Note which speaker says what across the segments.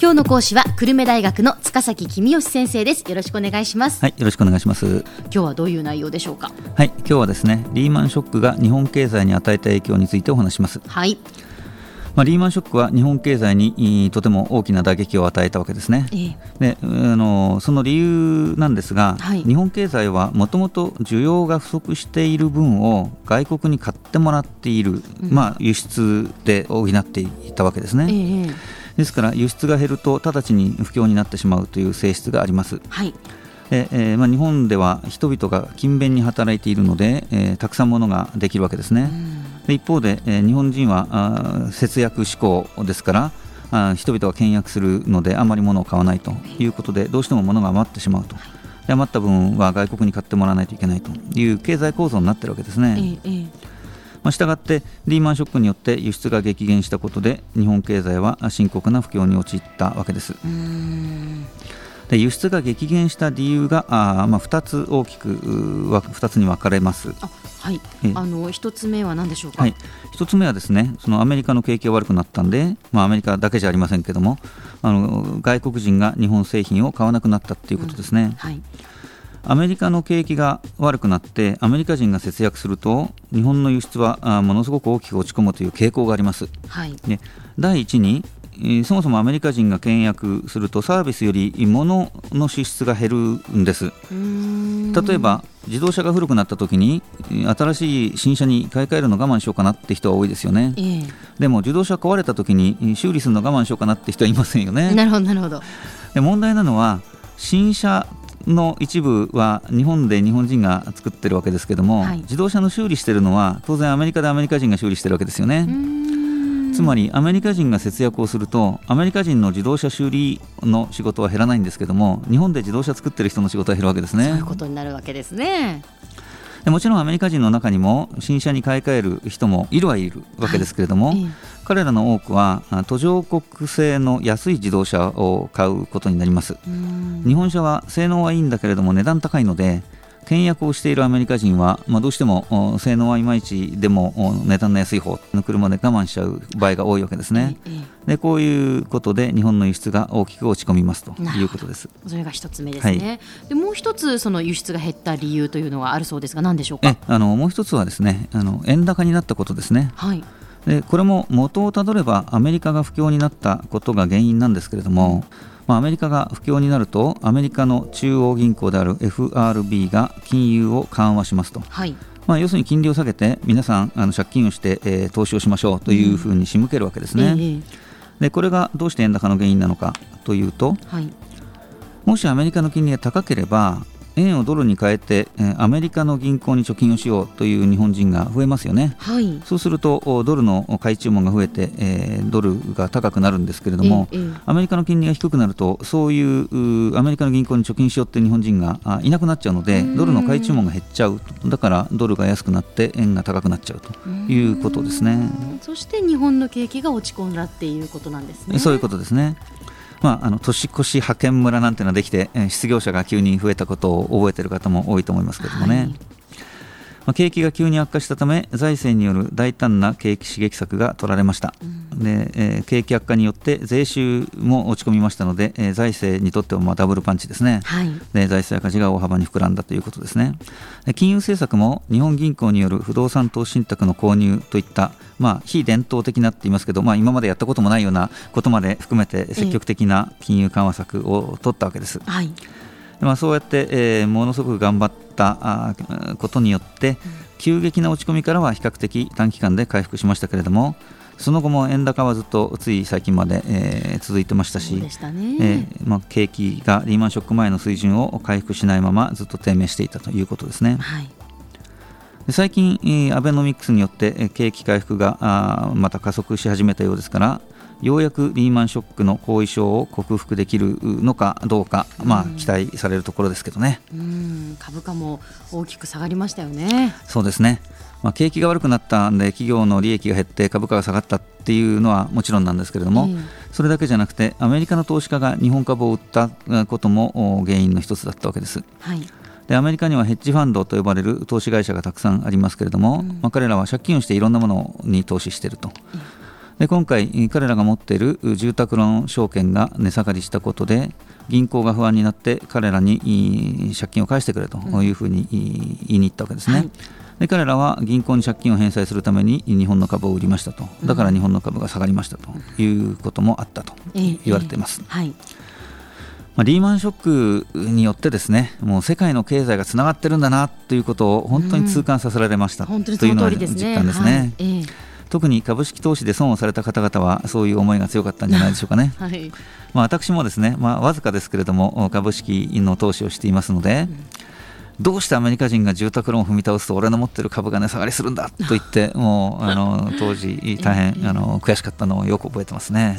Speaker 1: 今日の講師は久留米大学の塚崎君吉先生ですよろしくお願いします
Speaker 2: はいよろしくお願いします
Speaker 1: 今日はどういう内容でしょうか
Speaker 2: はい今日はですねリーマンショックが日本経済に与えた影響についてお話します
Speaker 1: はい
Speaker 2: まあ、リーマンショックは日本経済にいいとても大きな打撃を与えたわけですね。
Speaker 1: ええ
Speaker 2: であのその理由なんですが、
Speaker 1: はい
Speaker 2: 日本経済はもともと需要が不足している分を外国に買ってもらっている、まあ、輸出で補っていたわけですね。
Speaker 1: ええ
Speaker 2: ですから輸出が減ると直ちに不況になってしまうという性質があります。
Speaker 1: はい
Speaker 2: でえーまあ、日本では人々が勤勉に働いているので、えーたくさんものができるわけですね。で一方で、えー日本人はあー節約志向ですからあー人々が倹約するのであまり物を買わないということでどうしても物が余ってしまうと。で余った分は外国に買ってもらわないといけないという経済構造になっているわけですね。
Speaker 1: ええええ
Speaker 2: まあ、したがってリーマンショックによって輸出が激減したことで日本経済は深刻な不況に陥ったわけですで輸出が激減した理由があー、まあ、2つ大きくうーわ2つに分かれます
Speaker 1: あはい
Speaker 2: ええ
Speaker 1: あの一つ目は何でしょうか
Speaker 2: はい、1つ目はですねそのアメリカの景気が悪くなったんで、まあ、アメリカだけじゃありませんけどもあの外国人が日本製品を買わなくなったっていうことですね、
Speaker 1: はい
Speaker 2: アメリカの景気が悪くなってアメリカ人が節約すると日本の輸出はあーものすごく大きく落ち込むという傾向があります
Speaker 1: はい
Speaker 2: で第一に、えーそもそもアメリカ人が倹約するとサービスより物の支出が減るんです
Speaker 1: うーん
Speaker 2: 例えば自動車が古くなった時にえー新しい新車に買い替えるの我慢しようかなって人は多いですよね
Speaker 1: ええ
Speaker 2: でも自動車壊れた時にえー修理するの我慢しようかなって人はいませんよね
Speaker 1: なるほどなるほど
Speaker 2: で問題なのは新車の一部は日本で日本人が作ってるわけですけども、
Speaker 1: はい
Speaker 2: 自動車の修理してるのは当然アメリカでアメリカ人が修理してるわけですよね、
Speaker 1: うーん
Speaker 2: つまりアメリカ人が節約をするとアメリカ人の自動車修理の仕事は減らないんですけども日本で自動車作ってる人の仕事は減るわけです
Speaker 1: そうい
Speaker 2: ね
Speaker 1: うことになるわけですね
Speaker 2: でもちろんアメリカ人の中にも新車に買い替える人もいるはいるわけですけれども、
Speaker 1: ええ
Speaker 2: 彼らの多くはあ途上国製の安い自動車を買うことになります
Speaker 1: うーん
Speaker 2: 日本車は性能はいいんだけれども値段高いので倹約をしているアメリカ人は、まあ、どうしてもお性能はいまいちでもお値段の安い方の車で我慢しちゃう場合が多いわけですね、
Speaker 1: えええ
Speaker 2: でこういうことで日本の輸出が大きく落ち込みますということです。
Speaker 1: えそれが一つ目ですね、でもう一つその輸出が減った理由というのがあるそうですが何でしょうか
Speaker 2: えあのもう一つはですねあの円高になったことですね
Speaker 1: はい
Speaker 2: でこれも元をたどればアメリカが不況になったことが原因なんですけれども、まあ、アメリカが不況になるとアメリカの中央銀行である FRB が金融を緩和しますと、
Speaker 1: はい
Speaker 2: まあ、要するに金利を下げて皆さんあの借金をして、えー投資をしましょうというふうに仕向けるわけですね、
Speaker 1: ええ
Speaker 2: でこれがどうして円高の原因なのかというと
Speaker 1: はい
Speaker 2: もしアメリカの金利が高ければ円をドルに変えて、えーアメリカの銀行に貯金をしようという日本人が増えますよね
Speaker 1: はい
Speaker 2: そうするとおドルの買い注文が増えて、えードルが高くなるんですけれども、
Speaker 1: ええええ
Speaker 2: アメリカの金利が低くなるとそういううアメリカの銀行に貯金しようっていう日本人があいなくなっちゃうのでドルの買い注文が減っちゃうとだからドルが安くなって円が高くなっちゃうということですね。
Speaker 1: そして日本の景気が落ち込んだっていうことなんですね。
Speaker 2: そういうことですね。まあ、あの年越し派遣村なんてのができて、えー失業者が急に増えたことを覚えている方も多いと思いますけどもね、
Speaker 1: はい
Speaker 2: まあ、景気が急に悪化したため財政による大胆な景気刺激策が取られました、でえー景気悪化によって税収も落ち込みましたので、えー財政にとってもまあダブルパンチですね、
Speaker 1: はい。
Speaker 2: で財政赤字が大幅に膨らんだということですね。で金融政策も日本銀行による不動産投資信託の購入といった、まあ、非伝統的なって言いますけど、まあ、今までやったこともないようなことまで含めて積極的な金融緩和策を取ったわけです。で
Speaker 1: はい。
Speaker 2: まあ、そうやって、えーものすごく頑張ったあーことによって急激な落ち込みからは比較的短期間で回復しましたけれどもその後も円高はずっとつい最近まで、えー続いてました
Speaker 1: そう
Speaker 2: し
Speaker 1: でした
Speaker 2: え
Speaker 1: ね。
Speaker 2: ーまあ、景気がリーマンショック前の水準を回復しないままずっと低迷していたということですね。
Speaker 1: はい。
Speaker 2: で最近、えーアベノミクスによってえー景気回復があーまた加速し始めたようですからようやくリーマンショックの後遺症を克服できるのかどうか、まあ、期待されるところですけどね。
Speaker 1: うん、株価も大きく下がりましたよね。
Speaker 2: そうですね、まあ、景気が悪くなったんで企業の利益が減って株価が下がったっていうのはもちろんなんですけれども、
Speaker 1: ええ
Speaker 2: それだけじゃなくてアメリカの投資家が日本株を売ったえーこともお原因の一つだったわけです。
Speaker 1: はい。
Speaker 2: でアメリカにはヘッジファンドと呼ばれる投資会社がたくさんありますけれども、まあ、彼らは借金をしていろんなものに投資していると。で今回、彼らが持っている住宅ローン証券が値下がりしたことで、銀行が不安になって、彼らに借金を返してくれというふうに言いに行ったわけですね。はいで彼らは銀行に借金を返済するために日本の株を売りましたとだから日本の株が下がりましたということもあったと言われています。えええ、はいまあ、リーマンショックによってですねもう世界の経済がつながってるんだなということを本当に痛感させられました、うん、というのが実感ですね。すねはい、特に株式投資で損をされた方々はそういう思いが強かったんじゃないでしょうかね。 はいまあ、私もですね、まあ、わずかですけれども株式の投資をしていますので、うんどうしてアメリカ人が住宅ローンを踏み倒すと俺の持ってる株が値、ね、下がりするんだと言ってもうあの当時大 変あの悔しかったのをよく覚えてますね。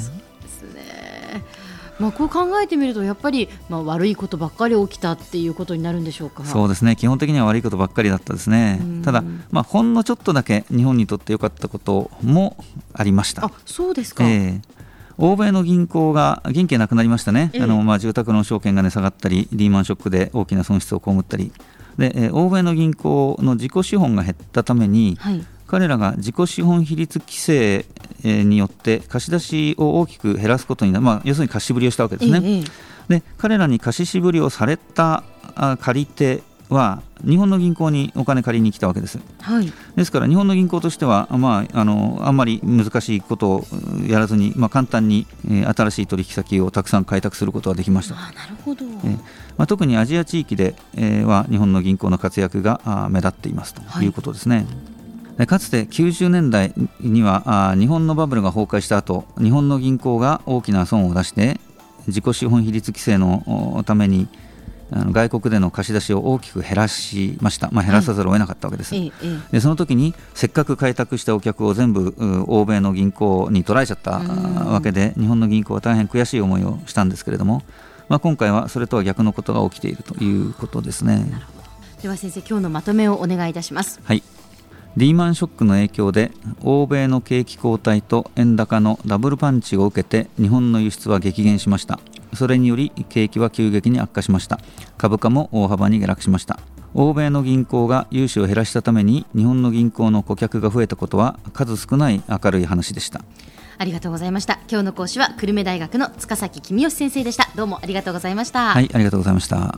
Speaker 1: まあ、こう考えてみるとやっぱり、まあ、悪いことばっかり起きたっていうことになるんでしょうか
Speaker 2: そうですね基本的には悪いことばっかりだったですねただ、まあ、ほんのちょっとだけ日本にとって良かったこともありました
Speaker 1: あそうですか、
Speaker 2: えー、欧米の銀行が元気なくなりましたね、あのまあ、住宅の証券が値、ね、下がったり、リーマンショックで大きな損失を被ったり、で欧米の銀行の自己資本が減ったために、はい、彼らが自己資本比率規制によって貸し出しを大きく減らすことになる、まあ、要するに貸しぶりをしたわけですね。で彼らに貸しぶりをされた借り手は日本の銀行にお金借りに来たわけです、はい、ですから日本の銀行としては、まあ、あのあんまり難しいことをやらずに、まあ、簡単に、えー、新しい取引先をたくさん開拓することができました
Speaker 1: あなるほど、え
Speaker 2: ー、まあ、特にアジア地域で、えー、は日本の銀行の活躍が目立っていますということですね。はいかつて90年代には日本のバブルが崩壊した後日本の銀行が大きな損を出して自己資本比率規制のためにあの外国での貸し出しを大きく減らしました、まあ、減らさざるを得なかったわけです、はい、でその時にせっかく開拓したお客を全部欧米の銀行に捉えちゃったわけで日本の銀行は大変悔しい思いをしたんですけれども、まあ、今回はそれとは逆のことが起きているということですね
Speaker 1: では先生今日のまとめをお願いいたします。
Speaker 2: はいリーマンショックの影響で欧米の景気後退と円高のダブルパンチを受けて日本の輸出は激減しましたそれにより景気は急激に悪化しました株価も大幅に下落しました欧米の銀行が融資を減らしたために日本の銀行の顧客が増えたことは数少ない明るい話でした
Speaker 1: ありがとうございました今日の講師は久留米大学の塚崎公義先生でしたどうもありがとうございました
Speaker 2: はいありがとうございました